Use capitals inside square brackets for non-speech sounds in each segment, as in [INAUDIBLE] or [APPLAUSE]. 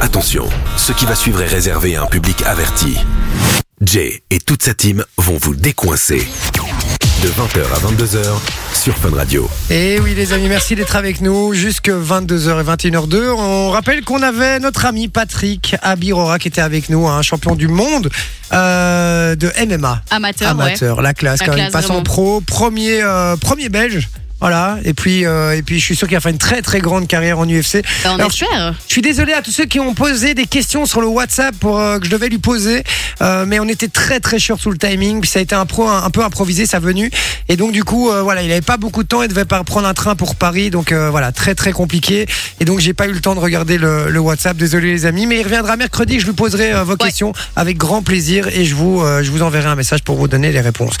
Attention, ce qui va suivre est réservé à un public averti. Jay et toute sa team vont vous décoincer. De 20h à 22h sur Fun Radio. Et Eh oui les amis, merci d'être avec nous jusque 22h et 21h02. On rappelle qu'on avait notre ami Patrick Abirora qui était avec nous, un champion du monde euh, de MMA. Amateur, ouais. Amateur, la classe La quand classe, il passe en vraiment. pro, premier, euh, premier belge. Voilà, et puis, euh, et puis je suis sûr qu'il va faire une très très grande carrière en UFC. Bah, on Alors, espère. Je suis désolé à tous ceux qui ont posé des questions sur le WhatsApp pour, euh, que je devais lui poser, euh, mais on était très très short sous le timing. Puis ça a été un, pro, un, un peu improvisé sa venue, et donc du coup euh, voilà, il avait pas beaucoup de temps, il devait pas prendre un train pour Paris, donc euh, voilà très très compliqué. Et donc j'ai pas eu le temps de regarder le, le WhatsApp. Désolé les amis, mais il reviendra mercredi. Je lui poserai euh, vos questions avec grand plaisir et je vous euh, je vous enverrai un message pour vous donner les réponses.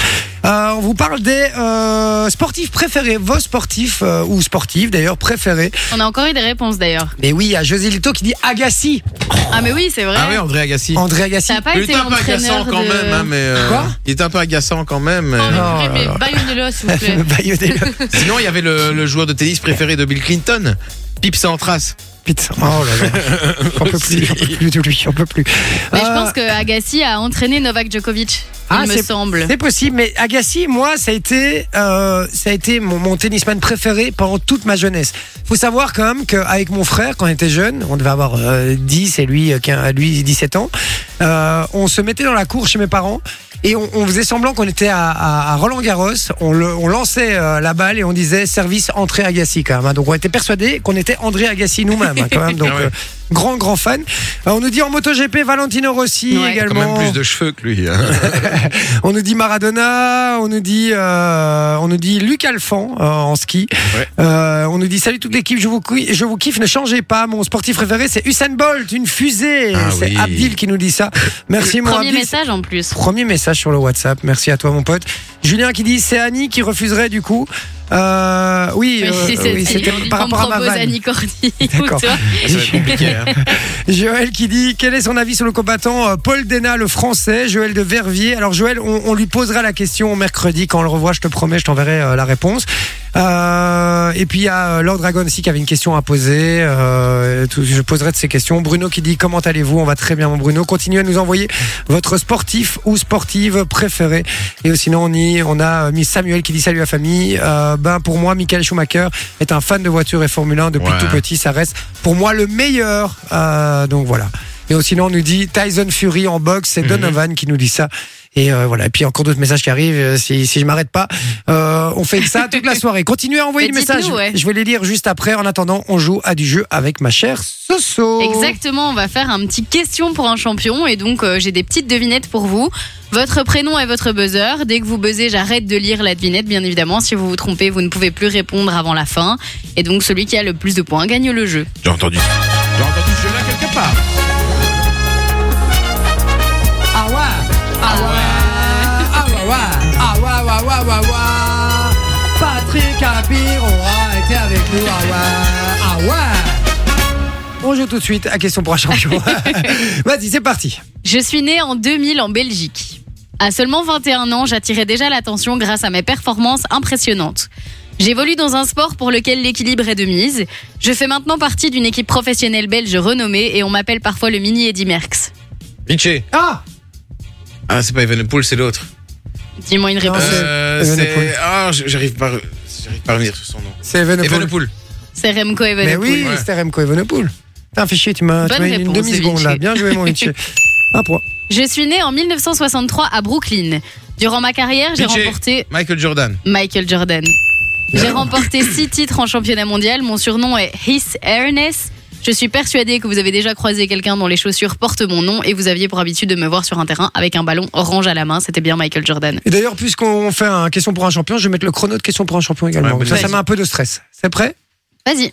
Euh, on vous parle des euh, sportifs préférés, vos sportifs euh, ou sportives d'ailleurs préférés. On a encore eu des réponses d'ailleurs. Mais oui, il y a José Lito qui dit Agassi. Ah mais oui, c'est vrai. Ah oui, André Agassi. André Agassi. [LAUGHS] Ça n'a pas Il été était un peu agaçant l'entraîneur quand de... même, hein, mais. euh, Quoi Il était un peu agaçant quand même. mais- Oh, Oh mais là purée, là. mais baillonnez-le, s'il vous plaît. Bayonnais-le. Sinon, il y avait le, le joueur de tennis préféré de Bill Clinton, Pips en trace. Putain. Oh là là. [LAUGHS] On peut plus, on peut plus de lui, on peut plus. [LAUGHS] Mais je Euh, pense que Agassi a entraîné Novak Djokovic, Ah, il me c'est- semble. C'est possible, mais Agassi, moi, ça a été, euh, ça a été mon, mon tennisman préféré pendant toute ma jeunesse. Faut savoir quand même qu'avec mon frère, quand on était jeune, on devait avoir euh, 10 et lui, euh, 15 lui 17 ans, euh, on se mettait dans la cour chez mes parents et on, on faisait semblant qu'on était à, à- à Roland Garros, on, le- on lançait euh, la balle et on disait service entrée Agassi quand même. hein. Donc on était persuadés qu'on était André Agassi nous-mêmes hein, quand [LAUGHS] même. Donc Ah ouais. euh, grand grand fan. Euh, on nous dit en MotoGP Valentino Rossi Ouais. Quand également. même plus de cheveux que lui. hein. [LAUGHS] On nous dit Maradona, on nous dit, euh, on nous dit Luc Alphand euh, en ski. Ouais. Euh, on nous dit salut toute l'équipe, je vous, cou- je vous kiffe, ne changez pas. Mon sportif préféré c'est Usain Bolt, une fusée. Ah c'est oui. Abdil qui nous dit ça. Merci mon Premier Abdil. message en plus. Premier message sur le WhatsApp. Merci à toi mon pote. Julien qui dit c'est Annie qui refuserait du coup. Euh, oui, Oui, euh, c'est- c'est- oui, c'était on par rapport à ma propose vanne. Annie Cordy [LAUGHS] ou D'accord. toi. Ça va être compliqué. hein. [LAUGHS] Joël qui dit quel est son avis sur le combattant euh, Paul Dena le français Joël de Verviers alors Joël on, on lui posera la question mercredi quand on le revoit je te promets je t'enverrai euh, la réponse Euh, et puis il y a euh, Lord Dragon aussi qui avait une question à poser Euh, tout- je poserai de ces questions Bruno qui dit comment allez-vous on va très bien mon Bruno continuez à nous envoyer votre sportif ou sportive préféré et sinon on y on a euh, mis Samuel qui dit salut la famille Euh, ben pour moi Michael Schumacher est un fan de voiture et Formule 1 depuis Ouais. tout petit ça reste pour moi le meilleur. Euh, donc voilà. Et sinon, on nous dit Tyson Fury en boxe, c'est Donovan qui nous dit ça. Et euh, voilà. Et puis encore d'autres messages qui arrivent. euh, Si, si je m'arrête pas, euh, on fait ça toute la soirée. Continuez à envoyer Mais les messages. dites-nous, ouais. Je vais les lire juste après. En attendant, on joue à du jeu avec ma chère Soso. Exactement, on va faire un petit question pour un champion et donc euh, j'ai des petites devinettes pour vous. Votre prénom et votre buzzer. Dès que vous buzzez, j'arrête de lire la devinette, bien évidemment. Si vous vous trompez, vous ne pouvez plus répondre avant la fin. Et donc celui qui a le plus de points gagne le jeu. J'ai entendu. J'ai entendu ce jeu-là quelque part. Ah ouais. Ah ouais. Ah ouais, ouais. Ah ouais, ouais, ouais, ouais, ouais. Patrick Abiroa était avec nous. Ah ouais. Ah ouais. On joue tout de suite à question pour un champion. Vas-y, c'est parti. Je suis née en 2000 en Belgique. À seulement 21 ans, j'attirais déjà l'attention grâce à mes performances impressionnantes. J'évolue dans un sport pour lequel l'équilibre est de mise. Je fais maintenant partie d'une équipe professionnelle belge renommée et on m'appelle parfois le mini Eddy Merckx. Vinci. Ah Ah, c'est pas Evenepoel, c'est l'autre. Dis-moi une réponse. Non, Ah, c'est- Euh, Evenepoel. c'est. Ah, j- j'arrive pas. à- J'arrive pas à revenir sur son nom. C'est Evenepoel. Evenepoel. C'est Remco Mais Evenepoel. oui, Ouais. c'était Remco Evenepoel. T'as fait chier, tu m'as tu Bonne m'as mis une réponse, demi-seconde là. Vinci. Bien joué, mon Vinci. Un point. Je suis née en 1963 à Brooklyn. Durant ma carrière, j'ai Vinci. remporté Michael Jordan. Michael Jordan. J'ai remporté six titres en championnat mondial. Mon surnom est His Ernest. Je suis persuadée que vous avez déjà croisé quelqu'un dont les chaussures portent mon nom et vous aviez pour habitude de me voir sur un terrain avec un ballon orange à la main. C'était bien Michael Jordan. Et d'ailleurs, puisqu'on fait un question pour un champion, je vais mettre le chrono de question pour un champion également. Ouais, Comme ça, vas-y. ça met un peu de stress. C'est prêt Vas-y.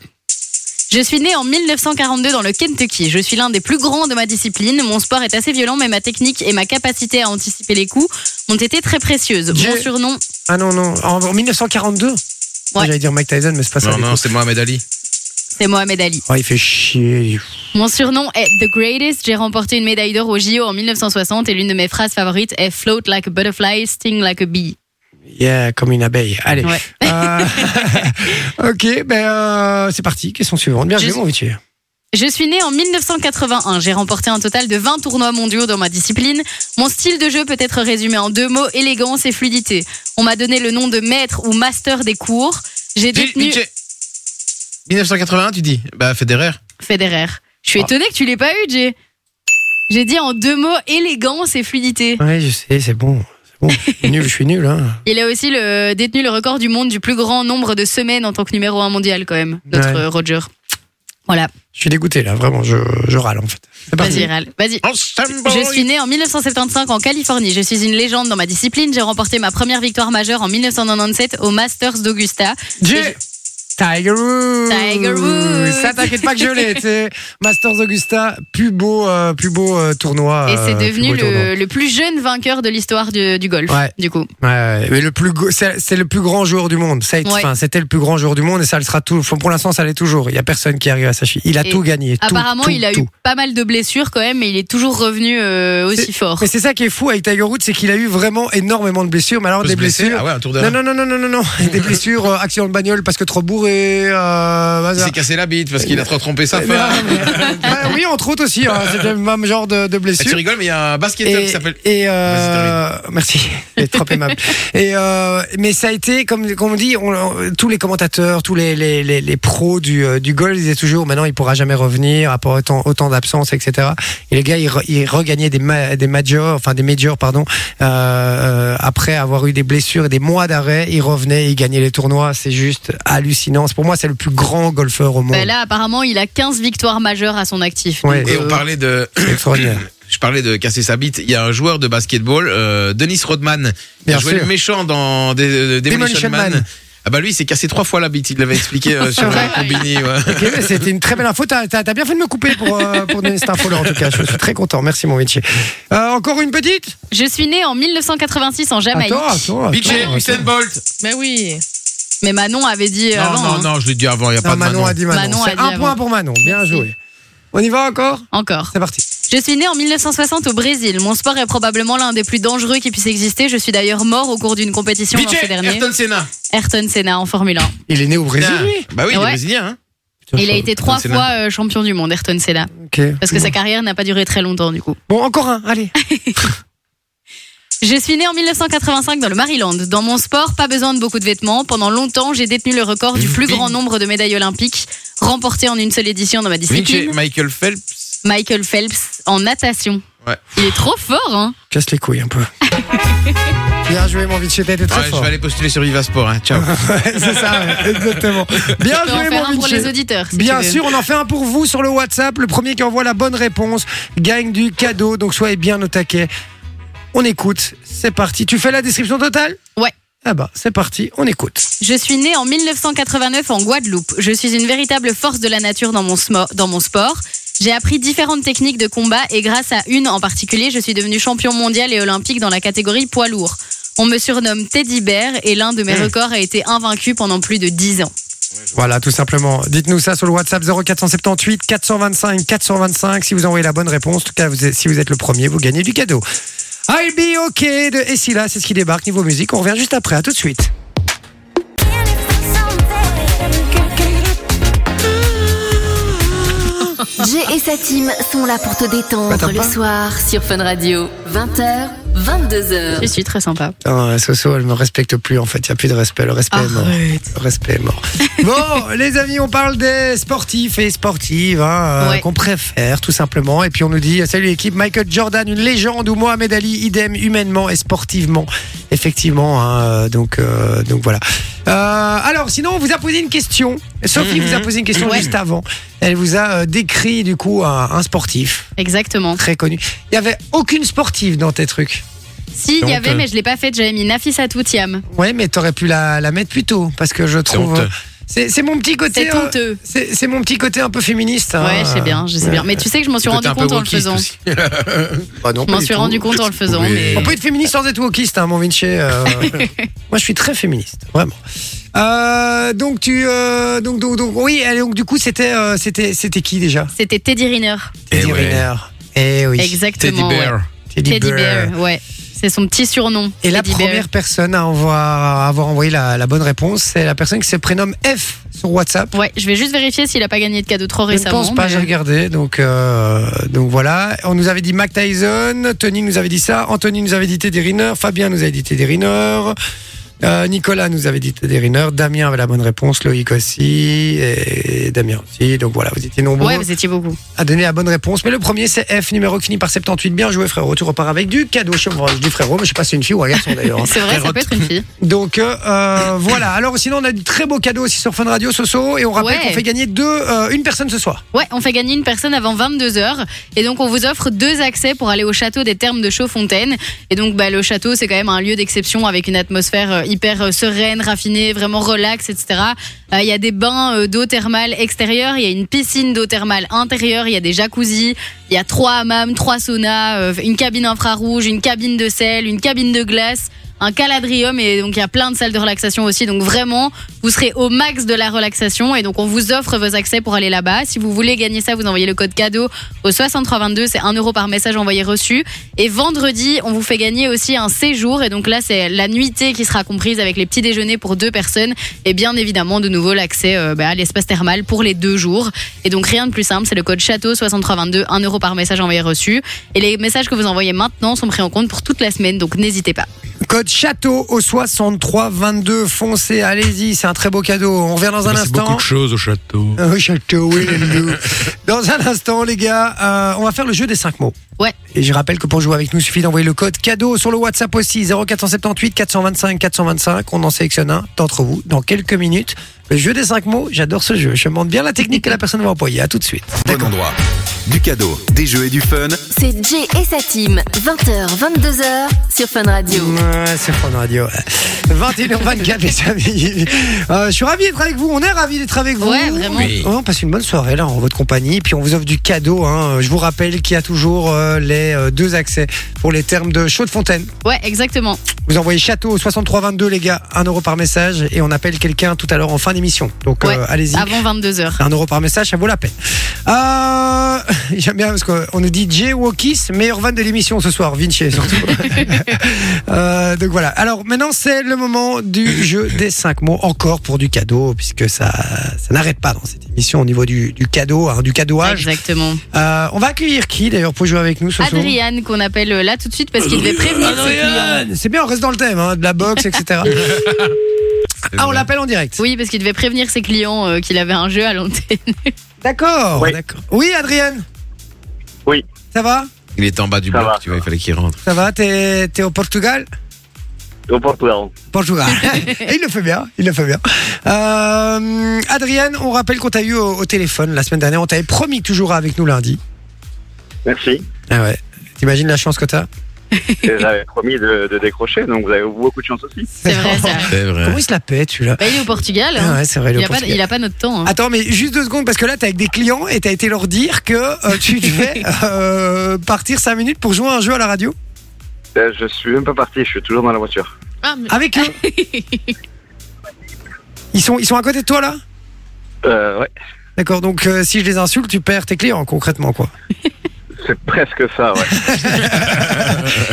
Je suis née en 1942 dans le Kentucky. Je suis l'un des plus grands de ma discipline. Mon sport est assez violent, mais ma technique et ma capacité à anticiper les coups m'ont été très précieuses. Mon J'ai- surnom, Ah non, non. En, en 1942 Ouais. J'allais dire Mike Tyson, mais c'est pas Ah, ça. Non, du non, tout. c'est Mohamed Ali. c'est Mohamed Ali. Oh, il fait chier. Mon surnom est The Greatest. J'ai remporté une médaille d'or au JO en 1960 et l'une de mes phrases favorites est Float like a butterfly, sting like a bee. Yeah, comme une abeille. Allez. Ouais. [LAUGHS] Euh, ok, ben euh, c'est parti. Question suivante. Bien Je joué, sais- mon Vinci. Je suis né en 1981. J'ai remporté un total de 20 tournois mondiaux dans ma discipline. Mon style de jeu peut être résumé en deux mots élégance et fluidité. On m'a donné le nom de maître ou master des cours. J'ai J'ai- détenu Mitchell- 1981, tu dis Bah, Federer. Federer. Je suis Ah. étonnée que tu l'aies pas eu, Jay. J'ai dit en deux mots élégance et fluidité. Ouais, je sais, c'est bon. C'est bon. Je suis nul, je suis nul. Hein. Il a aussi le- détenu le record du monde du plus grand nombre de semaines en tant que numéro 1 mondial, quand même, notre Ouais. euh, Roger. Voilà, Je suis dégoûté là, vraiment, je, je râle en fait. C'est parti. vas-y, Ral. Vas-y. Ensemble, Je suis né en 1975 en Californie. Je suis une légende dans ma discipline. J'ai remporté ma première victoire majeure en 1997 au Masters d'Augusta. J'ai- Tiger Woods. Tiger Woods. Ça t'inquiète pas que je l'ai. C'est Masters Augusta, plus beau, euh, plus beau euh, tournoi. Et euh, c'est plus devenu beau tournoi. le, le plus jeune vainqueur de l'histoire du, du golf. Ouais. Du coup, Ouais, ouais, mais le plus go- c'est c'est le plus grand joueur du monde. Ça a été- Ouais. enfin, c'était le plus grand joueur du monde et ça le sera tout. Faut- Pour l'instant, ça l'est toujours. Il y a personne qui arrive à sa cheville. Il a Et tout gagné. tout, apparemment, tout, il a eu [LAUGHS] tout. pas mal de blessures quand même, mais il est toujours revenu euh, aussi fort. Mais c'est ça qui est fou avec Tiger Woods, c'est qu'il a eu vraiment énormément de blessures. Mais alors Peut des se blesser. blessures. Ah ouais, un tour de. Non, non, non, non, non, non, [LAUGHS] non. Des blessures, euh, accident de bagnole parce que trop bourré. Euh, Il bazar. s'est cassé la bite parce qu'il a trop trompé sa Mais non, femme. mais- [LAUGHS] Ouais, oui, entre autres aussi. hein, [LAUGHS] c'est le même genre de, de Ah, Tu blessure. rigoles, mais il y a un basketteur qui Et, s'appelle. et, euh, merci, [LAUGHS] c'est trop aimable. Et euh, mais ça a été comme comme on dit, on- tous les commentateurs, tous les les, les, les pros du euh, du golf disaient toujours, maintenant il pourra jamais revenir, après autant autant d'absences, etc. Et les gars, ils, re- ils regagnaient des ma- des majors, enfin des majors, pardon, euh, euh, après avoir eu des blessures et des mois d'arrêt, ils revenaient, ils gagnaient les tournois. C'est juste hallucinant. Pour moi, c'est le plus grand golfeur au monde. Bah là, apparemment, il a 15 victoires majeures à son actif. Ouais. Donc, Et euh, on parlait de. C'est extraordinaire. Je parlais de casser sa bite. Il y a un joueur de basketball, euh, Dennis Rodman, qui Bien a joué sûr. le méchant dans Dé- euh, Demolition Demolition Man. Man. Ah bah lui, il s'est cassé trois fois la bite. Il l'avait [LAUGHS] expliqué euh, sur vrai euh, Combini. ouais. Ok, mais C'était une très belle info. T'as as, bien fait de me couper pour, euh, pour donner cette info-là, en tout cas. Je suis très content. Merci, mon métier. Euh, encore une petite Je suis né en 1986 en Jamaïque. Attends, attends. Big J, attends, Usain attends. Bolt. Mais oui. Mais Manon avait dit Non, avant. non, hein. non, je l'ai dit avant. Il n'y a pas Non, de Manon Manon. a dit Manon. Manon a C'est dit un avant. point pour Manon. Bien joué. On y va encore Encore. C'est parti. Je suis né en 1960 au Brésil. Mon sport est probablement l'un des plus dangereux qui puisse exister. Je suis d'ailleurs mort au cours d'une compétition Big l'an J, dernier. Ayrton Senna. Ayrton Senna en Formule 1. Il est né au Brésil, Putain. lui Bah oui, il Ouais. est brésilien. hein. Il a été trois Senna. Mmh. fois euh, champion du monde, Ayrton Senna. Ok. Parce que sa carrière n'a pas duré très longtemps du coup. Bon, encore un. [LAUGHS] Allez. Je suis né en 1985 dans le Maryland. Dans mon sport, pas besoin de beaucoup de vêtements. Pendant longtemps, j'ai détenu le record du plus grand nombre de médailles olympiques remportées en une seule édition dans ma Big J, discipline. Michael Phelps. Michael Phelps en natation. Ouais. Il est trop fort, hein Casse les couilles un [LAUGHS] peu. Bien joué, mon Vinci. T'as été très Ouais, je fort. [LAUGHS] vais aller postuler sur Viva Sport. hein. Ciao. C'est ça, ouais, exactement. Bien Je peux en joué, faire un Ah, mon pour Vinci. les auditeurs. si Bien tu veux. sûr, on en fait un pour vous sur le WhatsApp. Le premier qui envoie la bonne réponse gagne du cadeau. Donc soyez bien au taquet. On écoute. C'est parti. Tu fais la description totale Ouais. Ah bah, c'est parti. On écoute. Je suis née en 1989 en Guadeloupe. Je suis une véritable force de la nature dans mon, smo- dans mon sport. J'ai appris différentes techniques de combat et grâce à une en particulier, je suis devenue champion mondial et olympique dans la catégorie poids lourd. On me surnomme Teddy Bear et l'un de mes records a été invaincu pendant plus de 10 ans. Voilà, tout simplement. Dites-nous ça sur le WhatsApp 0478 425 425. Si vous envoyez la bonne réponse, en tout cas, vous êtes- si vous êtes le premier, vous gagnez du cadeau. I'll be okay de Essila, c'est ce qui débarque niveau musique. On revient juste après. À tout de suite. Jay et sa team sont là pour te Bah, t'as détendre le pas soir sur Fun Radio. 20h, 22h. Je suis très sympa. Putain, Soso, elle me respecte plus en fait. Il n'y a plus de respect. Le respect Ah, est mort. Le respect est mort. [LAUGHS] Bon, les amis, on parle des sportifs et sportives hein, euh, Ouais. qu'on préfère tout simplement. Et puis on nous dit salut l'équipe, Michael Jordan, une légende ou Mohamed Ali, idem humainement et sportivement. Effectivement, hein, euh, donc euh, donc voilà. Euh, alors sinon, on vous a posé une question. Sophie vous a Mhm. posé une question juste avant. Elle vous a euh, décrit du coup un, un sportif Exactement. très connu. Il y avait aucune sportive dans tes trucs. Si, il C'est y avait, honteux. mais je l'ai pas faite, j'avais mis Nafis Toutiam. Ouais, mais t'aurais pu la, la mettre plus tôt parce que je C'est trouve. euh, honteux. C'est c'est mon petit côté. C'est euh, honteux. C'est c'est mon petit côté un peu féministe. hein. Ouais, je sais bien, je sais bien. Mais tu sais que je m'en suis rendu Côté un peu compte en le wokiste faisant. aussi. [LAUGHS] Bah non, Je pas m'en du suis tout. rendu compte en le faisant. Oui. mais- On peut être féministe sans être wokiste, hein, mon Vinci. [LAUGHS] euh. Moi, je suis très féministe, vraiment. Euh, donc tu, euh, donc, donc donc oui, allez, donc du coup c'était euh, c'était c'était qui déjà C'était Teddy Riner. Eh Teddy ouais. Riner. Eh oui. Teddy Exactement. ouais. Bear. Teddy Bear, ouais. C'est son petit surnom. Et la Teddy Bear. première personne à, envo- à avoir envoyé la, la bonne réponse, c'est la personne qui se prénomme F sur WhatsApp. Ouais, je vais juste vérifier s'il a pas gagné de cadeau trop Je ne récemment. pense pas, mais- j'ai regardé. Donc, euh, donc voilà. On nous avait dit Mac Tyson, Tony nous avait dit ça, Anthony nous avait dit Teddy Riner, Fabien nous avait dit Teddy Riner, euh, Nicolas nous avait dit Teddy Riner, Damien avait la bonne réponse, Loïc aussi, et Damien aussi. Donc voilà, vous étiez nombreux Ouais, vous étiez beaucoup. à donner la bonne réponse. Mais le premier, c'est F, numéro qui finit par 78. Bien joué, frérot. Tu repars avec du cadeau. Je je dis frérot, mais je sais pas si c'est une fille ou un garçon d'ailleurs. [LAUGHS] C'est vrai, ça peut être une fille. Donc euh, euh, voilà. Alors sinon, on a du très beau cadeau aussi sur Fun Radio, Soso, et on rappelle Ouais. qu'on fait gagner deux, euh, une personne ce soir. Ouais, on fait gagner une personne avant 22h. Et donc, on vous offre deux accès pour aller au château des Thermes de Chaudfontaine. Et donc, bah, le château, c'est quand même un lieu d'exception avec une atmosphère euh, hyper euh, sereine, raffinée, vraiment relax, etc. Euh, Il y a des bains euh, d'eau thermale extérieure, il y a une piscine d'eau thermale intérieure, il y a des jacuzzis, il y a trois hammams, trois saunas, euh, une cabine infrarouge, une cabine de sel, une cabine de glace. un caladrium et donc il y a plein de salles de relaxation aussi. Donc vraiment, vous serez au max de la relaxation et donc on vous offre vos accès pour aller là-bas. Si vous voulez gagner ça, vous envoyez le code cadeau au 6322, c'est 1 euro par message envoyé reçu. Et vendredi, on vous fait gagner aussi un séjour et donc là c'est la nuitée qui sera comprise avec les petits déjeuners pour deux personnes et bien évidemment de nouveau l'accès euh, bah, à l'espace thermal pour les deux jours. Et donc rien de plus simple, c'est le code château 6322, 1 euro par message envoyé reçu. Et les messages que vous envoyez maintenant sont pris en compte pour toute la semaine, donc n'hésitez pas. Code château au 63 22. Foncez, allez-y, c'est un très beau cadeau. On revient dans un instant. choses au château. Ah [LAUGHS] oui, château, oui, les loulous. dans un instant, les gars, euh, on va faire le jeu des 5 mots. Ouais. Et je rappelle que pour jouer avec nous, il suffit d'envoyer le code cadeau sur le WhatsApp aussi 0478 425 425. On en sélectionne un d'entre vous dans quelques minutes. Le jeu des 5 mots, j'adore ce jeu. Je me demande bien la technique que la personne va employer. À tout de suite. Bon endroit. Du cadeau, des jeux et du fun. C'est Jay et sa team, 20h, 22h sur Fun Radio. Ouais, c'est Fun Radio. hein. 21h24, les amis. Euh, je suis ravi d'être avec vous. On est ravi d'être avec vous. Ouais, vraiment. Oui. Oh, On passe une bonne soirée là en votre compagnie. Puis on vous offre du cadeau. hein. Je vous rappelle qu'il y a toujours euh, les euh, deux accès pour les termes de Chaux de Fontaine. Ouais, exactement. Vous envoyez château au 6322, les gars. 1 euro par message. Et on appelle quelqu'un tout à l'heure en fin d'émission. Donc Ouais. euh, allez-y. Avant 22h. 1 euro par message, ça vaut la peine. Euh, J'aime bien parce qu'on nous dit Jay Walkies, meilleur van de l'émission ce soir, Vinci [LAUGHS] surtout. Euh, donc voilà. Alors maintenant, c'est le moment du jeu des 5 mots, encore pour du cadeau, puisque ça, ça n'arrête pas dans cette émission au niveau du, du cadeau, hein, du cadeauage. Exactement. Euh, on va accueillir qui d'ailleurs pour jouer avec nous ce soir Adriane, qu'on appelle euh, là tout de suite parce qu'il devait prévenir ses clients. C'est bien, on reste dans le thème, hein, de la boxe, etc. ah, on l'appelle en direct. Oui, parce qu'il devait prévenir ses clients euh, qu'il avait un jeu [LAUGHS] à l'antenne. D'accord. Oui. d'accord. Oui, Adrien Oui. Ça va Il était en bas du Ça bloc, va. tu vois, il fallait qu'il rentre. Ça va T'es t'es au Portugal Au Portugal. [LAUGHS] Portugal. Et il le fait bien, il le fait bien. Euh, Adrien, on rappelle qu'on t'a eu au, au téléphone la semaine dernière. On t'avait promis que tu joueras avec nous lundi. Merci. Ah ouais. T'imagines la chance que t'as Et J'avais promis de, de décrocher, donc vous avez beaucoup de chance aussi. C'est vrai, ça. C'est vrai. Comment il se la pète, celui-là Bah, il est au Portugal. hein. ah ouais, c'est vrai, il, le a pas, Portugal. il a pas notre temps. hein. Attends, mais juste deux secondes, parce que là, t'es avec des clients et t'as été leur dire que euh, [LAUGHS] tu devais euh, partir cinq minutes pour jouer à un jeu à la radio Euh, Je suis même pas parti, je suis toujours dans la voiture. Ah, avec [LAUGHS] eux. Ils sont, ils sont à côté de toi, là Euh, ouais, D'accord, donc euh, si je les insulte, tu perds tes clients, concrètement, quoi. c'est presque [LAUGHS] ça, ouais.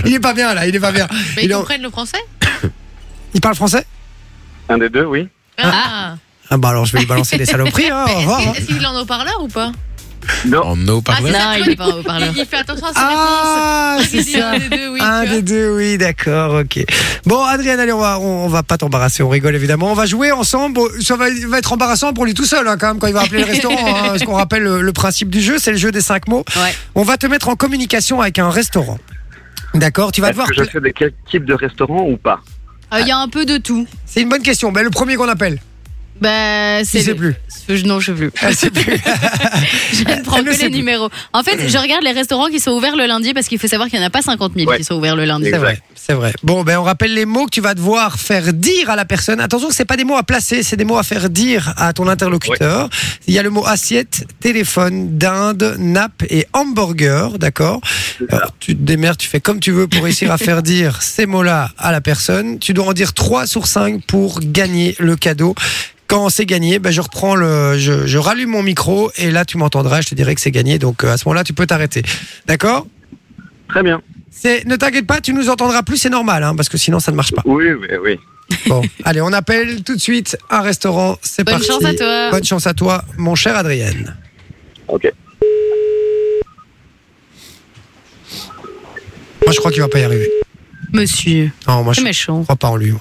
Il est pas bien, là, il est pas bien. Mais ils Il est en- comprennent le français Il parle français Un des deux, oui. Ah, Ah bah alors je vais lui balancer [LAUGHS] des saloperies, hein, Mais au revoir, hein. Est-ce qu'il est en haut-parleur ou pas Non, En eau, par Ah, c'est Non, ça, il toi, est pas au parleur. Il fait attention à ses Ah, réponses. c'est Il dit ça. Un des deux, oui. Un tu vois. des deux, oui, d'accord, ok. Bon, Adrien, allez, on va, on, on va pas t'embarrasser, on rigole évidemment. On va jouer ensemble. Bon, Ça va, va être embarrassant pour lui tout seul, hein, quand même, quand il va appeler le restaurant. [LAUGHS] hein, parce qu'on rappelle le, le principe du jeu, c'est le jeu des cinq mots. Ouais. On va te mettre en communication avec un restaurant. D'accord, tu vas Est-ce devoir. que je sais de quel type de restaurant ou pas Euh, il y a un peu de tout. C'est une bonne question. Ben, le premier qu'on appelle, Bah, il c'est. sait plus. Je- Non, je sais [LAUGHS] plus. Elle sait plus. [LAUGHS] Je ne prends Elle ne que sait les plus. numéros. En fait, je regarde les restaurants qui sont ouverts le lundi parce qu'il faut savoir qu'il n'y en a pas 50 000 Ouais. qui sont ouverts le lundi. C'est Exact. vrai, c'est vrai. Bon, ben on rappelle les mots que tu vas devoir faire dire à la personne. Attention, que c'est pas des mots à placer, c'est des mots à faire dire à ton interlocuteur. Il y a le mot assiette, téléphone, dinde, nappe et hamburger, d'accord. Alors, Tu te démerdes, tu fais comme tu veux pour réussir à faire dire ces mots-là à la personne. Tu dois en dire 3 sur 5 pour gagner le cadeau. Quand c'est gagné, ben je reprends le, je, je rallume mon micro et là tu m'entendras. Je te dirai que c'est gagné, donc euh, à ce moment-là tu peux t'arrêter, d'accord Très bien. C'est, ne t'inquiète pas, tu nous entendras plus, c'est normal, hein, parce que sinon ça ne [LAUGHS] marche pas. Oui, oui, oui. Bon, allez, on appelle tout de suite un restaurant. C'est Bonne parti. chance à toi. Bonne chance à toi, mon cher Adrienne. Ok. Moi, je crois qu'il va pas y arriver. Monsieur, Non, moi, c'est je méchant. crois pas en lui. moi.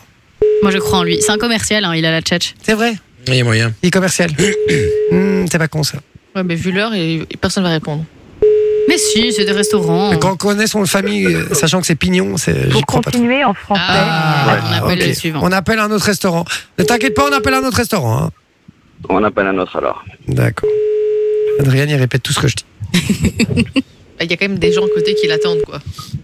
Moi, je crois en lui. C'est un commercial, hein, il a la tchatche. C'est vrai, Il y a moyen. il [COUGHS] est commercial. Hmm, c'est pas con ça. Oh. Ouais, mais vu l'heure, il- personne va répondre. Mais si, c'est des restaurants. Mais Quand on connaît son famille, euh, sachant que c'est pignon, c'est, j'y Pour crois pas trop. continuer en français. Ah, Ouais, on appelle ok. le suivant. On appelle un autre restaurant. Ne t'inquiète pas, on appelle un autre restaurant. hein. On appelle un autre alors. D'accord. Adrienne, il répète tout ce que je dis. Bah, Il y a quand même des gens à côté qui l'attendent, quoi.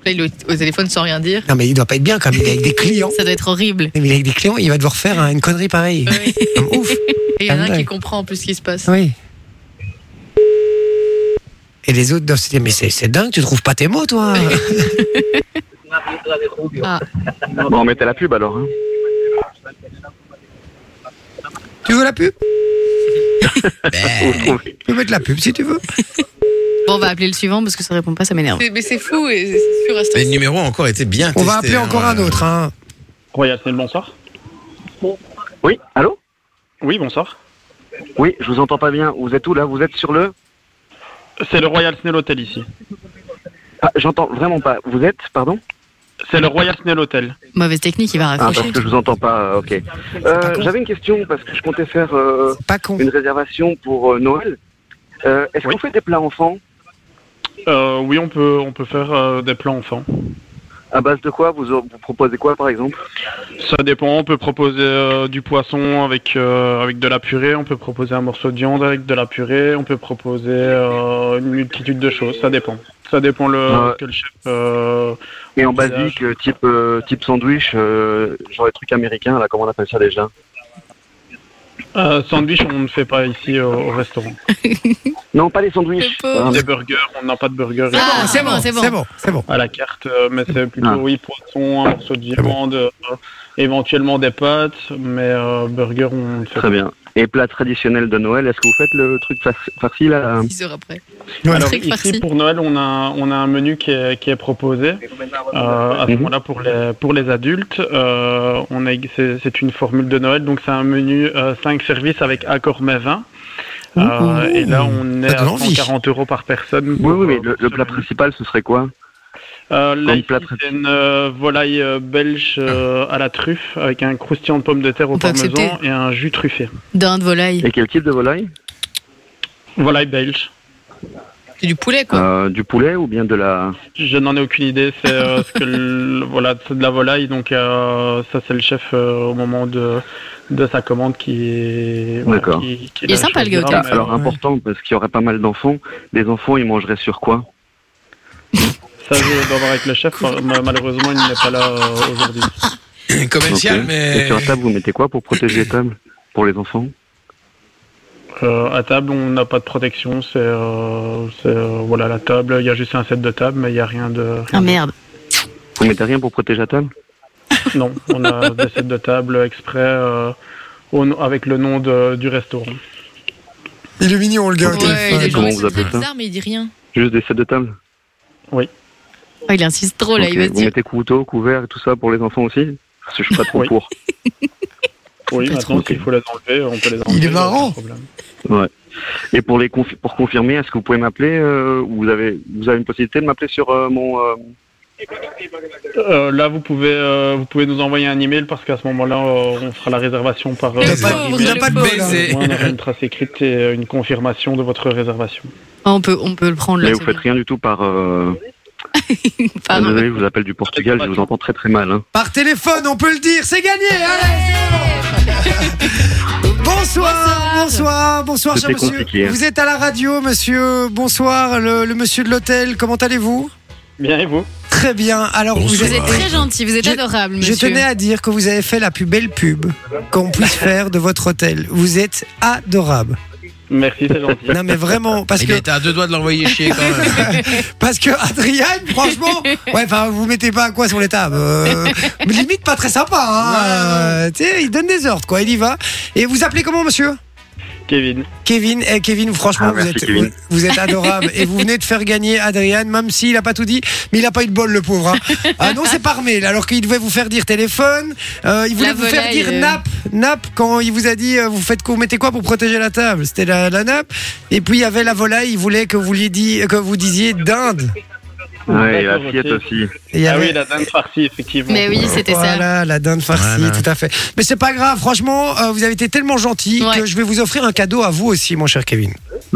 Là, il est au, au téléphone sans rien dire. Non, mais il doit pas être bien quand même. Il est avec des clients. Ça doit être horrible. Mais il est avec des clients, il va devoir faire hein, une connerie pareille. Ouais. Comme ouf. Et il y en a un Ah, Ouais. qui comprend en plus ce qui se passe. Oui. Et les autres doivent se dire, mais c'est c'est dingue, tu trouves pas tes mots, toi Bon, on mettait la pub alors. hein. Tu veux la pub Eh. Où se trouve- Tu peux mettre la pub si tu veux. Bon, on va appeler le suivant parce que ça répond pas, ça m'énerve. Mais, mais c'est fou, et c'est- c'est sûr, Les restant. numéros ont encore été bien On va testés, appeler hein, encore un voilà. autre. Hein. Royal Snell, bonsoir. Oui, allô Oui, bonsoir. Oui, je vous entends pas bien. Vous êtes où là Vous êtes sur le C'est le Royal Snell Hotel ici. ah, J'entends vraiment pas. Vous êtes, pardon C'est le Royal Snell Hotel. Mauvaise technique, il va Ah, raccrocher. parce que je vous entends pas. Ok. pas Euh, con. J'avais une question parce que je comptais faire euh, Pas con. une réservation pour euh, Noël. Euh, Est-ce Oui. qu'on fait des plats enfants Euh, oui, on peut, on peut faire euh, des plans enfants. À base de quoi vous, vous proposez quoi par exemple Ça dépend, on peut proposer euh, du poisson avec, euh, avec de la purée, on peut proposer un morceau de viande avec de la purée, on peut proposer euh, une multitude de choses, ça dépend. Ça dépend le, Ouais. que le chef... euh, Et en Visage. basique, euh, type, euh, type sandwich, euh, genre les trucs américains, là, comment on appelle ça déjà euh, sandwich, on ne fait pas ici euh, au restaurant. Non, pas les sandwichs. Le pauvre. Ah, mais- Des burgers, on n'a pas de burgers Ah, ici. c'est bon, c'est bon. C'est bon, c'est bon. à la carte, euh, mais c'est plutôt Ah. oui poisson, un morceau de bon. viande, euh, éventuellement des pâtes, mais euh, burger on ne fait Très bien. Et plat traditionnel de Noël, est-ce que vous faites le truc farci, farci, là 10 heures après. pas. Alors Fric farci. ici pour Noël on a on a un menu qui est, qui est proposé euh, à ce Mhm. moment-là pour les pour les adultes euh, on a c'est c'est une formule de Noël donc c'est un menu 5 services avec accord mais 20 euh, et là on Ça est à donne envie. 140 euros par personne. Oui, pour, oui, mais euh, le, le pour ce plat menu. principal, ce serait quoi Euh, là, Comme Ah. ici, plat traité. c'est une euh, volaille euh, belge euh, à la truffe avec un croustillant de pommes de terre On au peut accepter. parmesan et un jus truffé. Dinde, volaille. Et quel type de volaille Volaille belge. C'est du poulet, Ah. quoi. Euh, Du poulet ou bien de la... Je n'en ai aucune idée. C'est euh, ce que le- [LAUGHS] voilà, c'est de la volaille. Donc euh, ça, c'est le chef euh, au moment de de sa commande qui. voilà, D'accord. qui- qui Il est la sympa, le choisira, gars, au Ah, mais, alors, euh, important, parce qu'il y aurait pas mal d'enfants, les enfants, ils mangeraient sur quoi Ça, je dois voir avec le chef. Mal- Malheureusement, il n'est pas là euh, aujourd'hui. [LAUGHS] Commercial, Ok. Et mais. sur la table, vous mettez quoi pour protéger les tables Pour les enfants Euh, à table, on n'a pas de protection. C'est euh, c'est, euh, voilà la table. Il y a juste un set de table, mais il n'y a rien de. Ah merde. Vous mettez rien pour protéger la table Non, on [LAUGHS] a des sets de table exprès euh, au nom- avec le nom de- du restaurant. Il est mignon, le gars. au Ouais, téléphone. il est Comment gentil, vous c'est très appelez ça bizarre, mais il dit rien. Juste des sets de table Oh, il insiste trop là, Ok, il va se Vous dire. mettez couteau, couvert et tout ça pour les enfants aussi Parce que je suis pas trop Oui. pour. Oui, Peut-être maintenant, ok. s'il faut les enlever, on peut les enlever. est y a pas de marrant. problème. Et pour les confi- pour confirmer, est-ce que vous pouvez m'appeler euh, ou vous avez vous avez une possibilité de m'appeler sur euh, mon euh, Euh, là, vous pouvez, euh, vous pouvez nous envoyer un email parce qu'à ce moment-là, euh, on fera la réservation par. euh, Le pas- par pauvre, il a le pas de pauvre. bol, hein. Baiser. email. on aura une trace écrite et euh, une confirmation de votre réservation. Ah, on, peut, on peut le prendre là. mais vous c'est faites bon. Ah, rien du tout par euh... Pardon. désolé, je vous appelle du Portugal, je vous entends très très mal hein. Par téléphone, on peut le dire, c'est gagné. Allez, c'est bon. Bonsoir, bonsoir, bonsoir, cher C'était monsieur. compliqué, hein. Vous êtes à la radio, monsieur. Bonsoir, le, le monsieur de l'hôtel. Comment allez-vous Bien, et vous Très bien. Alors, vous Bonsoir. Vous êtes êtes très gentil, vous êtes Je- adorable, Je monsieur. tenais à dire que vous avez fait la plus belle pub qu'on puisse faire de votre hôtel. Vous êtes adorable. Merci, c'est gentil. Non mais vraiment parce Il que était à deux doigts de l'envoyer chier [LAUGHS] quand même. parce que Adriane, franchement, ouais, enfin vous mettez pas à quoi sur les tables. Euh, mais limite pas très sympa. Hein. Euh, tu sais, il donne des ordres quoi. Il y va. Et vous appelez comment monsieur Kevin. [LAUGHS] Kevin, eh, Kevin, franchement, Ah, vous, merci, êtes, Kevin. vous êtes adorable et vous venez de faire gagner Adrien, même s'il a pas tout dit, mais il a pas eu de bol, le pauvre. hein. Ah non, c'est par mail, alors qu'il devait vous faire dire téléphone, euh, il voulait La vous faire volaille, dire euh. nappe, nappe quand il vous a dit euh, vous faites quoi, vous mettez quoi pour protéger la table, c'était la, la nappe. Et puis il y avait la volaille, il voulait que vous lui dit, que vous disiez dinde. Ouais, et la D'accord, fiette ok. aussi. Et il y Ah avait- oui, la dinde farcie, effectivement. Mais oui, c'était ça. Voilà, Ah, la dinde farcie, Voilà. tout à fait. Mais c'est pas grave, franchement, euh, vous avez été tellement gentil Ouais. que je vais vous offrir un cadeau à vous aussi, mon cher Kevin.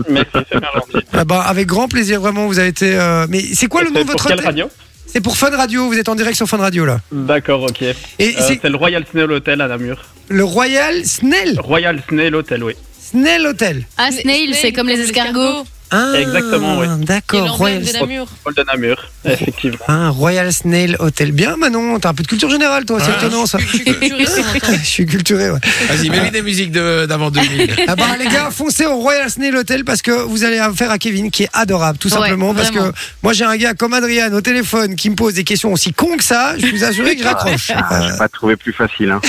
Merci, c'est bien gentil. Ah bah, avec grand plaisir, vraiment, vous avez été. euh, Mais c'est quoi le nom C'est de votre. pour quelle radio C'est pour Fun Radio, vous êtes en direct sur Fun Radio là. D'accord, ok. Euh, Et c'est c'est le Royal Snail Hotel à Namur. le Royal Snell, Royal Snail Hotel, oui. Snell Hotel. Ah, snail, c'est comme les escargots. Ah, Exactement, oui. D'accord, Royal, Namur. Hall de Namur, effectivement. ah, Royal Snail Hotel. Bien, Manon, t'as un peu de culture générale, toi, c'est Ah. étonnant ça. Culturiste, [LAUGHS] Je suis culturé, ouais. Vas-y, mets-lui des musiques de- [LAUGHS] d'avant 2000. Ah bah, les gars, foncez au Royal Snail Hotel parce que vous allez affaire à Kevin qui est adorable, tout Ouais, simplement. Parce vraiment. que moi, j'ai un gars comme Adrien au téléphone qui me pose des questions aussi cons que ça. Je vous assure [LAUGHS] que je raccroche. Ah, J'ai pas trouvé plus facile. Hein.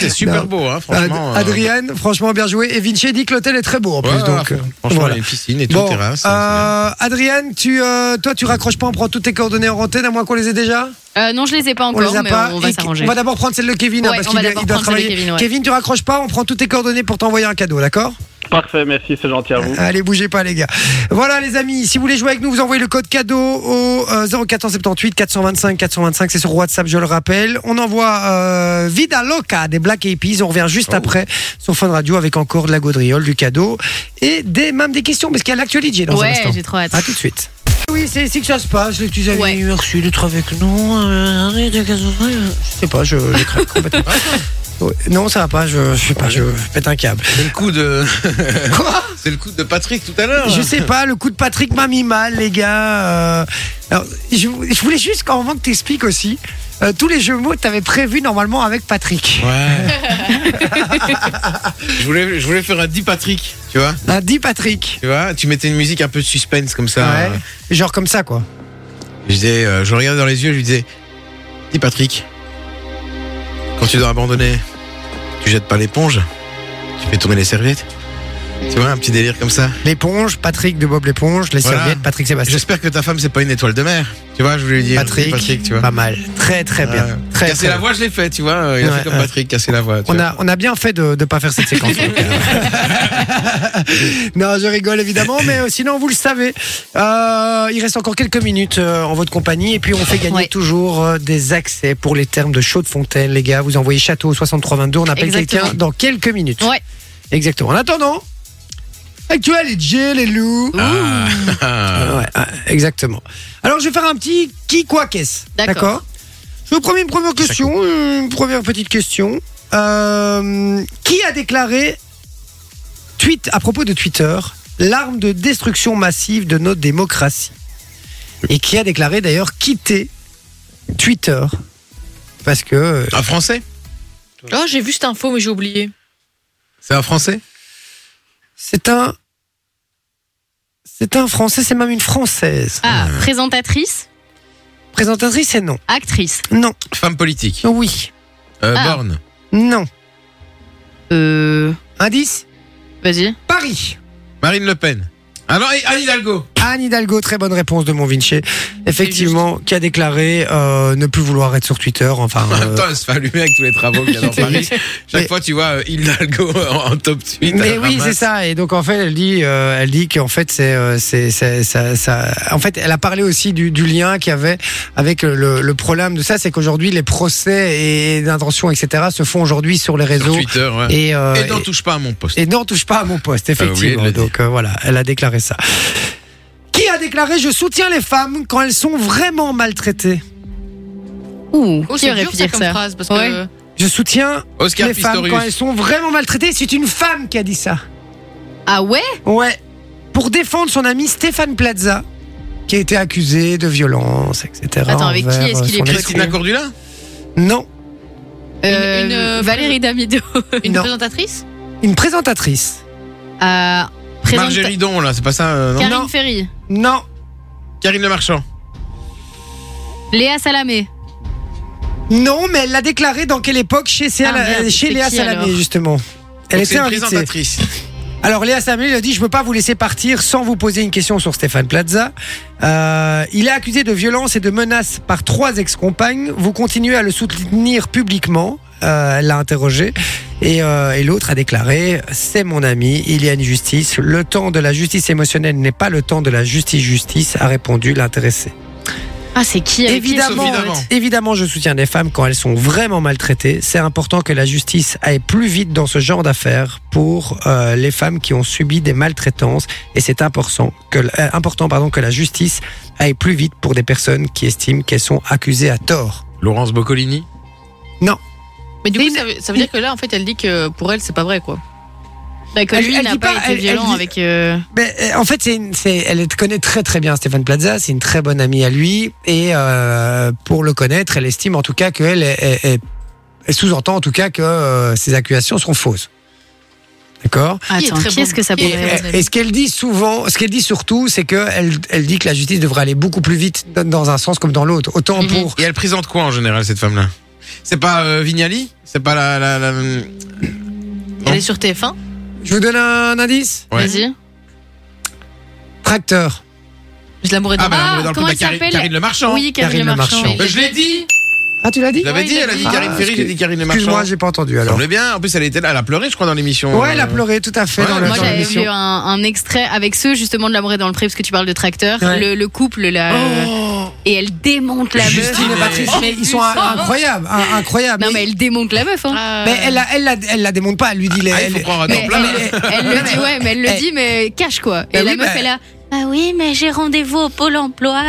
C'est super beau, hein, franchement. Ad- Adrien, franchement bien joué. Et Vinci dit que l'hôtel est très beau en euh, plus. ouais, donc, ouais, euh, franchement, voilà. il y a une piscine et tout, Bon, terrasse. hein, euh, Adrien, tu, euh, toi, tu raccroches pas, on prend toutes tes coordonnées en antenne, à moins qu'on les ait déjà Euh, non, je les ai pas On encore, les a mais pas. on va Et s'arranger. on va d'abord prendre celle de Kevin, hein, Ouais, parce on qu'il va doit- d'abord il doit prendre celle de travailler. Kevin, ouais. tu raccroches pas, on prend toutes tes coordonnées pour t'envoyer un cadeau, d'accord Parfait, merci, c'est gentil à vous. [LAUGHS] Allez, bougez pas, les gars. Voilà, les amis, si vous voulez jouer avec nous, vous envoyez le code cadeau au euh, 0478 425 425. C'est sur WhatsApp, je le rappelle. On envoie euh, Vida Loca des Black Eyed Peas. On revient juste après sur Fun Radio avec encore de la gaudriole, du cadeau et des, même des questions, parce qu'il y a l'actualité dans un Ouais, instant. j'ai trop hâte. A tout de suite. Oui, c'est ici que ça se passe, les petits amis. Ouais. Merci d'être avec nous. Euh, arrête de gazouiller. Je sais pas, je, je craque complètement. [LAUGHS] Ouais, Non, ça va pas, je, je sais pas, je pète un câble. C'est le coup de, [LAUGHS] Quoi c'est le coup de Patrick tout à l'heure. Je sais pas, le coup de Patrick m'a mis mal, les gars. Euh, alors, je, je voulais juste qu'en moment que t'expliques aussi, euh, tous les jeux mots que t'avais prévus normalement avec Patrick. [LAUGHS] Ouais. je voulais, je voulais faire un dit Patrick, tu vois. Un dit Hein, Patrick. Tu vois, tu mettais une musique un peu de suspense comme ça. Ouais. Genre comme ça, quoi. Je disais, euh, je le regardais dans les yeux, je lui disais, dis Patrick, quand tu dois abandonner, tu jettes pas l'éponge, tu fais tourner les serviettes. Tu vois, un petit délire comme ça. L'éponge, Patrick de Bob l'éponge, les Voilà. serviettes, Patrick Sébastien. J'espère que ta femme, c'est pas une étoile de mer. Tu vois, je voulais lui dire, Patrick, dis Patrick, tu vois. Pas mal. Très, très bien. Ouais. Très, casser très la bien. voix, je l'ai fait, tu vois. euh, Il a Ouais, fait comme ouais. Patrick, casser la voix. tu On vois. a, on a bien fait de ne pas faire cette séquence. Donc, euh, non, je rigole évidemment, mais euh, sinon vous le savez, euh, il reste encore quelques minutes euh, en votre compagnie et puis on fait gagner Ouais. toujours euh, des accès pour les termes de Chaux de Fontaine, les gars. Vous envoyez château au 6322, on appelle Exactement. quelqu'un dans quelques minutes. Ouais. Exactement. En attendant, actuel les Jay, les loups. Ah. Euh, ouais, ouais, exactement. Alors, je vais faire un petit qui, quoi, qu'est-ce. D'accord. Je vous promets une première question, une première petite question. Euh, qui a déclaré tweet, à propos de Twitter l'arme de destruction massive de notre démocratie Et qui a déclaré d'ailleurs quitter Twitter Parce que. euh, Un français Oh, j'ai vu cette info, mais j'ai oublié. C'est un français C'est un. C'est un Français, c'est même une Française. Ah, présentatrice, Présentatrice, c'est non. actrice. Non. Femme politique. Oui. Euh, Ah. Borne. Non. Euh. Indice Vas-y. Paris. Marine Le Pen. Ah non, et Anne Hidalgo. Anne Hidalgo, très bonne réponse de mon Vinci. Effectivement, qui a déclaré euh, ne plus vouloir être sur Twitter. [LAUGHS] Enfin, En même euh, temps, elle se fait allumer avec tous les travaux qu'il y [LAUGHS] a dans Paris. Chaque Mais- fois, tu vois euh, Hidalgo en, en top 8. mais oui, c'est ça. Et donc en fait, elle dit, euh, elle dit qu'en fait, c'est, euh, c'est, c'est- ça, ça- En fait, elle a parlé aussi du, du lien qu'il y avait avec euh, le, le problème de ça, c'est qu'aujourd'hui, les procès et d'intention, etc., se font aujourd'hui sur les Sur réseaux. Twitter, ouais. Et, euh, Et, Ah n'en touche pas à mon poste. et n'en touche pas à mon poste, T'as oublié de effectivement. le dire. Donc euh, voilà, elle a déclaré ça. Qui a déclaré je soutiens les femmes quand elles sont vraiment maltraitées Ouh, Oh, qui c'est aurait dur pu ça dire comme ça phrase parce Ouais. que Je soutiens Oscar les femmes Pistorius. quand elles sont vraiment maltraitées. C'est une femme qui a dit ça. Ah ouais Ouais. Pour défendre son ami Stéphane Plaza, qui a été accusé de violence, etc. Attends, avec qui envers, est-ce qu'il euh, est son Christina escroc. Cordula Non, Euh, une, euh, Valérie Damido. une Non. présentatrice une présentatrice. Euh, présenta- Marjorie Don, là, c'est pas ça euh, non Karine Non. Ferry. Non, Karine Le Marchand. Léa Salamé. non, mais elle l'a déclaré dans quelle époque chez, Céa- Ah, merde, euh, chez c'est Léa qui, Salamé, alors justement. Elle Donc, était c'est une invitée. présentatrice. Alors Léa Samuel a dit je peux pas vous laisser partir sans vous poser une question sur Stéphane Plaza. Euh, il est accusé de violence et de menaces par trois ex-compagnes. Vous continuez à le soutenir publiquement. Euh, elle l'a interrogé et, euh, et l'autre a déclaré c'est mon ami. Il y a une justice. Le temps de la justice émotionnelle n'est pas le temps de la justice justice a répondu l'intéressé. Ah, c'est qui avec qui, Évidemment, Sophie Davant évidemment. évidemment, je soutiens les femmes quand elles sont vraiment maltraitées. C'est important que la justice aille plus vite dans ce genre d'affaires pour euh, les femmes qui ont subi des maltraitances. Et c'est important, que, l- euh, important pardon, que la justice aille plus vite pour des personnes qui estiment qu'elles sont accusées à tort. Laurence Boccolini Mais du coup, Une- ça veut, ça veut dire que là, en fait, elle dit que pour elle, c'est pas vrai, quoi. Bah, que Elle- lui elle n'a dit pas, pas, été elle- elle violent dit- avec. euh, Mais, euh, en fait, c'est une- c'est- elle connaît très très bien Stéphane Plaza, c'est une très bonne amie à lui, et euh, pour le connaître, elle estime en tout cas qu'elle est, est- est- elle sous-entend en tout cas que euh, ces accusations sont fausses. D'accord Qui est Attends, très qui bon- est-ce que ça qui est- pourrait Ouais. être Et, et ce qu'elle dit souvent, ce qu'elle dit surtout, c'est qu'elle elle dit que la justice devrait aller beaucoup plus vite dans- dans un sens comme dans l'autre. Autant Mhm. pour. Et elle présente quoi en général cette femme-là C'est pas euh, Vignali C'est pas la, la, la- Non. Elle est sur TF1 Je vous donne un indice Ouais. Vas-y. Tracteur. Je l'amourais de Ah bah Ah, on est dans le comment coup de elle Cari- s'appelle Karine Le Marchand. Oui, Karine Karine Le Le Marchand. Marchand. Mais je l'ai dit. Ah, tu l'as dit Je l'avais Ouais, dit. il Elle l'a a dit dit. Karine Ah, Ferry. J'ai dit Karine Le Marchand. Excuse-moi, j'ai pas entendu Ça alors. semblait bien. En plus, elle était là. Elle a pleuré, je crois, dans l'émission. Ouais, elle a Euh, pleuré tout à fait Ouais, dans la moi, Moi, dans j'avais l'émission. vu un, un extrait avec ceux justement de l'amour est dans le pré, parce que tu parles de tracteur. Ouais. Le, le couple, là. Oh Et elle démonte euh, la meuf. Justine Justine et Patrice, mais ils sont un- incroyables, un- incroyables. Non, mais elle démonte la meuf. Hein. Ah. Mais elle, la- elle, la- elle la démonte pas, elle lui dit les. Ah, il faut elle- prendre à Mais temps plein. elle, elle le dit, ouais, mais elle le Eh. dit, mais cache quoi. Bah Et la oui, meuf, bah- elle a. Bah oui, mais j'ai rendez-vous au Pôle emploi.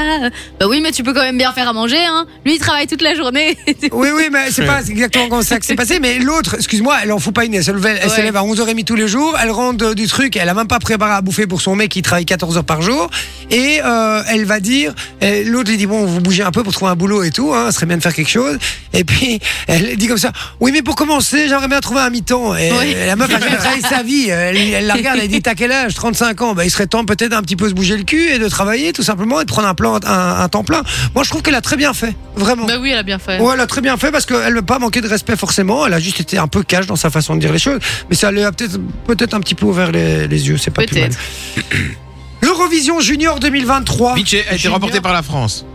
Bah oui, mais tu peux quand même bien faire à manger, hein. Lui, il travaille toute la journée. Oui, oui, mais c'est pas exactement comme ça que c'est passé. Mais l'autre, excuse-moi, elle en fout pas une. Elle se levait- elle se Ouais. lève à 11h30 tous les jours. Elle rentre euh, du truc. Elle a même pas préparé à bouffer pour son mec qui travaille 14 heures par jour. Et euh, elle va dire, euh, l'autre lui dit bon, vous bougez un peu pour trouver un boulot et tout. Hein, ce serait bien de faire quelque chose. Et puis elle dit comme ça, oui, mais pour commencer, j'aimerais bien trouver un mi-temps. Et Oui. la meuf a jamais travaillé sa vie. Elle, elle la regarde, elle dit t'as quel âge 35 ans. Bah, il serait temps peut-être un petit peu se bouger le cul et de travailler tout simplement et de prendre un plan, un, un temps plein. Moi, je trouve qu'elle a très bien fait, vraiment. [LAUGHS] Bah oui, elle a bien fait. Ouais, elle a très bien fait parce qu'elle n'a pas manqué de respect forcément. Elle a juste été un peu cash dans sa façon de dire les choses. Mais ça lui a peut-être peut un petit peu ouvert les, les yeux. C'est pas plus mal. Peut-être. [CLEARS THROAT] L'Eurovision Junior 2023 Vinci a été Junior. remporté par la France.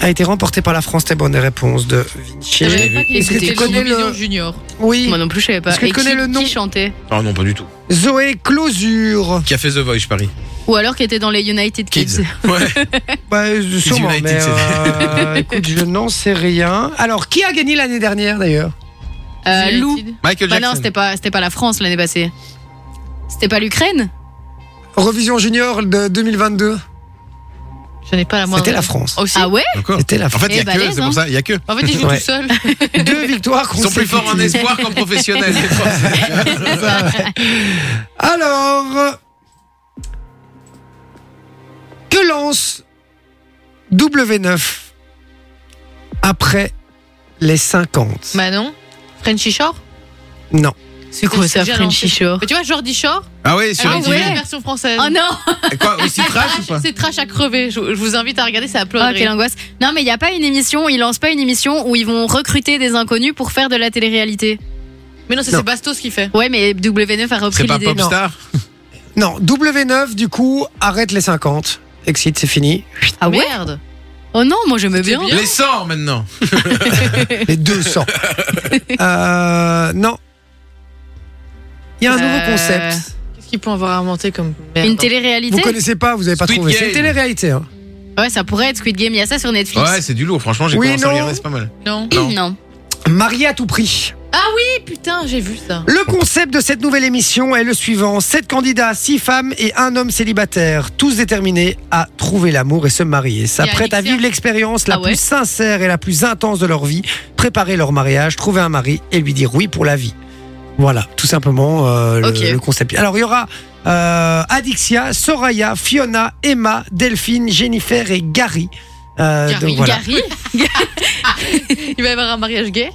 a été remportée par la France. Très bonne réponse de Vinci. Je l'ai savais vu. pas qu'il Est-ce que tu existait connais le- l'Eurovision Junior. Oui. Moi non plus, je savais pas. Est-ce que Et tu connais qui- le nom Qui chantait Ah non, pas du tout. Zoé Closure. Qui a fait The Voice, je parie. Ou alors qui était dans les United Kids. Kids. [LAUGHS] Ouais. Bah, euh, sûrement, United, mais, euh, [LAUGHS] écoute, je n'en sais rien. Alors, qui a gagné l'année dernière d'ailleurs Euh, Lou. Michael Bah non, Jackson. c'était pas, c'était pas la France l'année passée. C'était pas l'Ukraine Eurovision Junior de 2022. Je n'ai pas la moindre. C'était la France. Aussi. Ah ouais D'accord. C'était la En France. fait, il y Eh, a que. balèze, C'est hein. pour ça, il y a que. En fait, ils jouent Ouais. tout seuls. Deux victoires Ils sont plus forts en consécutives. espoir qu'en professionnel. les Français. Alors, euh, que lance W9 après les 50 Manon Frenchy Shore Non. C'est quoi ça, Frenchy Shore Mais tu vois, Jordi Shore [LAUGHS] Ah ouais, Elle sur a MTV. envoyé la version française. Oh [LAUGHS] non Quoi, Ah, aussi trash ou pas C'est trash à crever. Je, je vous invite à regarder, ça a Oh, pleuré. quelle angoisse. Non, mais il n'y a pas une émission, ils lancent pas une émission où ils vont recruter des inconnus pour faire de la télé-réalité. mais non, ça, Non. c'est Bastos qui fait. Ouais, mais W9 a repris C'est pas l'idée. Popstar Non, W9, du coup, arrête les 50. Excite, c'est fini. Ah ouais Merde. Oh non, moi j'aimais bien. bien. Les 100 maintenant. Les 200. euh, non. Il y a un nouveau Euh, concept. Qu'est-ce qu'ils peuvent avoir inventé comme merde Une Vous télé-réalité connaissez pas, vous avez pas Squid trouvé. Game. C'est une télé-réalité. hein. Ouais, ça pourrait être Squid Game, il y a ça sur Netflix. Ouais, c'est du lourd. Franchement, j'ai Oui, commencé non. à regarder, c'est pas mal. Non. [CLEARS THROAT] [LAUGHS] non. non. Marié à tout prix. Eh, putain, j'ai vu ça. Le concept de cette nouvelle émission est le suivant 7 candidats, 6 femmes et un homme célibataire, tous déterminés à trouver l'amour et se marier. S'apprêtent à Alexia. vivre l'expérience la Ah ouais plus sincère et la plus intense de leur vie, préparer leur mariage, trouver un mari et lui dire oui pour la vie. Voilà, tout simplement euh, le- Ok. le, concept. Alors il y aura euh, Adixia, Soraya, Fiona, Emma, Delphine, Jennifer et Gary. Euh, Gary, donc voilà. Gary [LAUGHS] Il va y avoir un mariage gay.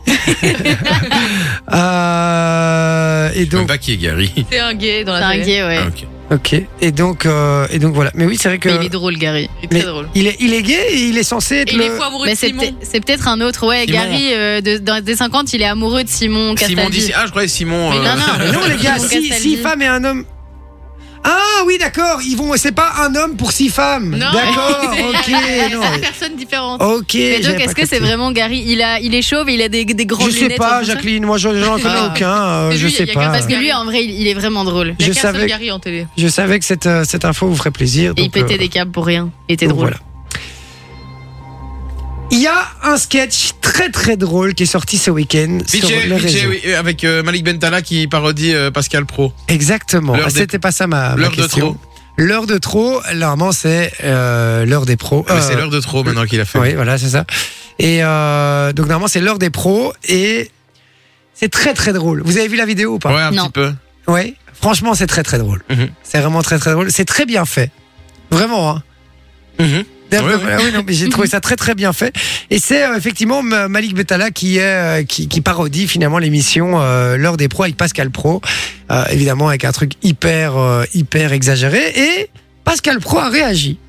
Euh, et Je sais même donc pas qui est Gary. Euh, C'est un gay dans C'est la un télé. gay, ouais. Ah, ok. Ok. Et donc, euh, et donc voilà. Mais oui, c'est vrai que. Mais il est drôle, Gary. Il est très Mais- drôle. Il est, il est gay et il est censé être Et il le. est fou amoureux Mais de c'est Simon. peut-être c'est peut-être un autre. Ouais, Simon. Gary, euh, de- dans des 50, il est amoureux de Simon Simon Castaldi. dit. Ah, je croyais Simon. Mais euh, non, non. Mais non, les [LAUGHS] gars, Simon si, Castaldi. si femme et un homme. Ah oui, d'accord. Ils vont. C'est pas un homme pour six femmes. Non. [LAUGHS] D'accord. Ok. Eh non. Cinq personnes différentes. Ok. Mais donc, j'avais est-ce pas que c'est capté. vraiment Gary il, a, il est chauve et il a des, des grandes Je sais lunettes, un pas, peu ça Jacqueline. Moi, je- j'en connais Ah. aucun. euh, Mais je lui, sais il y a qu'un pas. Parce que lui, en vrai, il, il est vraiment drôle. Il y je a qu'un seul savais- Gary en télé. Je savais que cette, euh, cette info vous ferait plaisir. Et il donc, pétait euh, des câbles pour rien. Il était donc drôle. voilà. Il y a un sketch très très drôle qui est sorti ce week-end sur Vichy, les Vichy, réseaux. oui, euh, avec euh, Malik Bentala qui parodie euh, Pascal Pro. Exactement. L'heure Ah, des- C'était pas ça ma, ma L'heure de question. trop. L'heure de trop. Normalement, c'est euh, l'heure des pros. Ah, Mais Euh, c'est l'heure de trop maintenant qu'il a fait. Oui, voilà, c'est ça. Et euh, donc normalement, c'est l'heure des pros et c'est très très drôle. Vous avez vu la vidéo ou pas Ouais, un Non. petit peu. Ouais. Franchement, c'est très très drôle. Mhm. C'est vraiment très très drôle. C'est très bien fait. Vraiment. Hein. Mhm. D'ailleurs, Ouais, ouais. voilà, Ah oui, non, mais j'ai trouvé ça très très bien fait. Et c'est euh, effectivement Ma- Malik Betala qui, est, euh, qui, qui parodie finalement l'émission euh, L'heure des pros avec Pascal Pro. Euh, évidemment avec un truc hyper euh, hyper exagéré. Et Pascal Pro a réagi.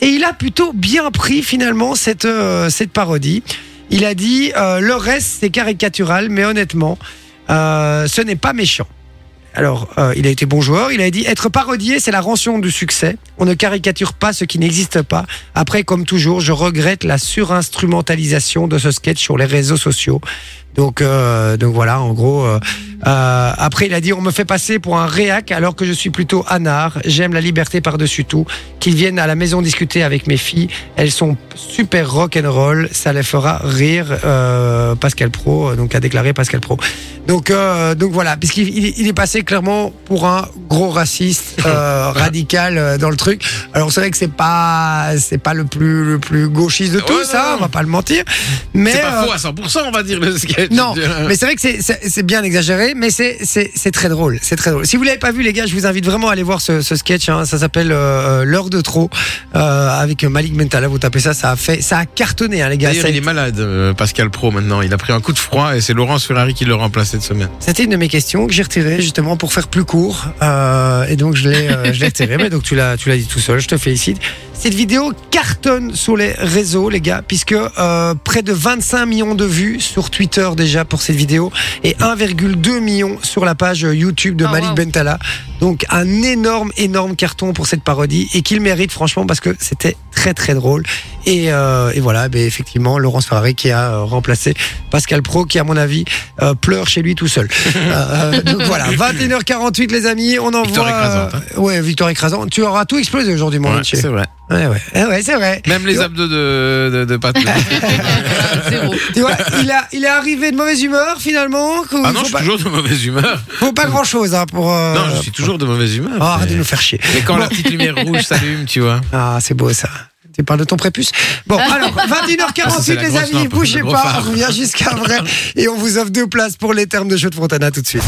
Et il a plutôt bien pris finalement cette, euh, cette parodie. Il a dit euh, Le reste c'est caricatural, mais honnêtement, euh, ce n'est pas méchant. Alors, euh, il a été bon joueur. Il a dit être parodié, c'est la rançon du succès. On ne caricature pas ce qui n'existe pas. Après, comme toujours, je regrette la surinstrumentalisation de ce sketch sur les réseaux sociaux. Donc, euh, donc voilà, en gros. euh, euh, après, il a dit on me fait passer pour un réac alors que je suis plutôt anard. J'aime la liberté par-dessus tout. Qu'ils viennent à la maison discuter avec mes filles. Elles sont super rock and roll. Ça les fera rire. euh, Pascal Pro, euh, donc a déclaré Pascal Pro. Donc, euh, donc voilà, puisqu'il il est- il est passé clairement pour un gros raciste [LAUGHS] euh, radical euh, dans le truc. Alors c'est vrai que c'est pas, c'est pas le plus, le plus gauchiste de Ouais, tous, non, ça, non. on va pas le mentir. Mais C'est pas euh, faux à 100%, on va dire, le sketch. non, Euh, mais c'est vrai que c'est- c'est c'est bien exagéré, mais c'est- c'est c'est très drôle. C'est très drôle. Si vous l'avez pas vu, les gars, je vous invite vraiment à aller voir ce, ce sketch. hein. Ça s'appelle euh, L'heure de trop euh, avec Malik Mentala. Vous tapez ça, ça a fait, ça a cartonné, hein, les gars. D'ailleurs, Ça a il est malade, euh, Pascal Pro, maintenant. Il a pris un coup de froid et c'est Laurence Ferrari qui le remplace cette semaine. C'était une de mes questions que j'ai retirée justement pour faire plus court. Euh, et donc je l'ai euh, je l'ai [LAUGHS] retirée. Mais donc tu l'as tu l'as dit tout seul. Je te félicite. Cette vidéo cartonne sur les réseaux, les gars, puisque euh, près de 25 millions de vues sur Twitter déjà pour cette vidéo et 1,2 million sur la page YouTube de Mm. Ah, Malik wow. Bentala. Donc un énorme énorme carton pour cette parodie et qu'il mérite franchement parce que c'était très très drôle. Et, euh, et voilà, ben, effectivement, Laurence Ferrari qui a euh, remplacé Pascal Pro, qui à mon avis euh, pleure chez lui tout [LAUGHS] seul. Euh, euh, donc voilà, 21h48 les amis, on envoie... Victoire écrasante, hein. euh, ouais, victoire écrasante. Tu auras tout explosé aujourd'hui, mon Ouais, Vinci. c'est vrai. Ouais, ouais, Eh ouais, c'est vrai. Même les abdos de, de, [LAUGHS] de Pat. Zéro. Tu [LAUGHS] vois, il, a, il est arrivé de mauvaise humeur finalement. qu'il ah faut, non, je suis pas, toujours de mauvaise humeur. faut pas grand chose hein, pour... euh, non, je suis toujours de mauvaise humeur. oh, arrête de mais... nous faire chier. mais quand la petite lumière rouge s'allume, tu vois. Ah, c'est beau ça. Tu parles de ton prépuce. Bon, alors, Ah. Ça, c'est 21h48, la les grosse amis, lampe, bougez le gros pas, phare. [LAUGHS] on revient jusqu'à vrai. Et on vous offre deux places pour les termes de jeu de Fontana tout de suite.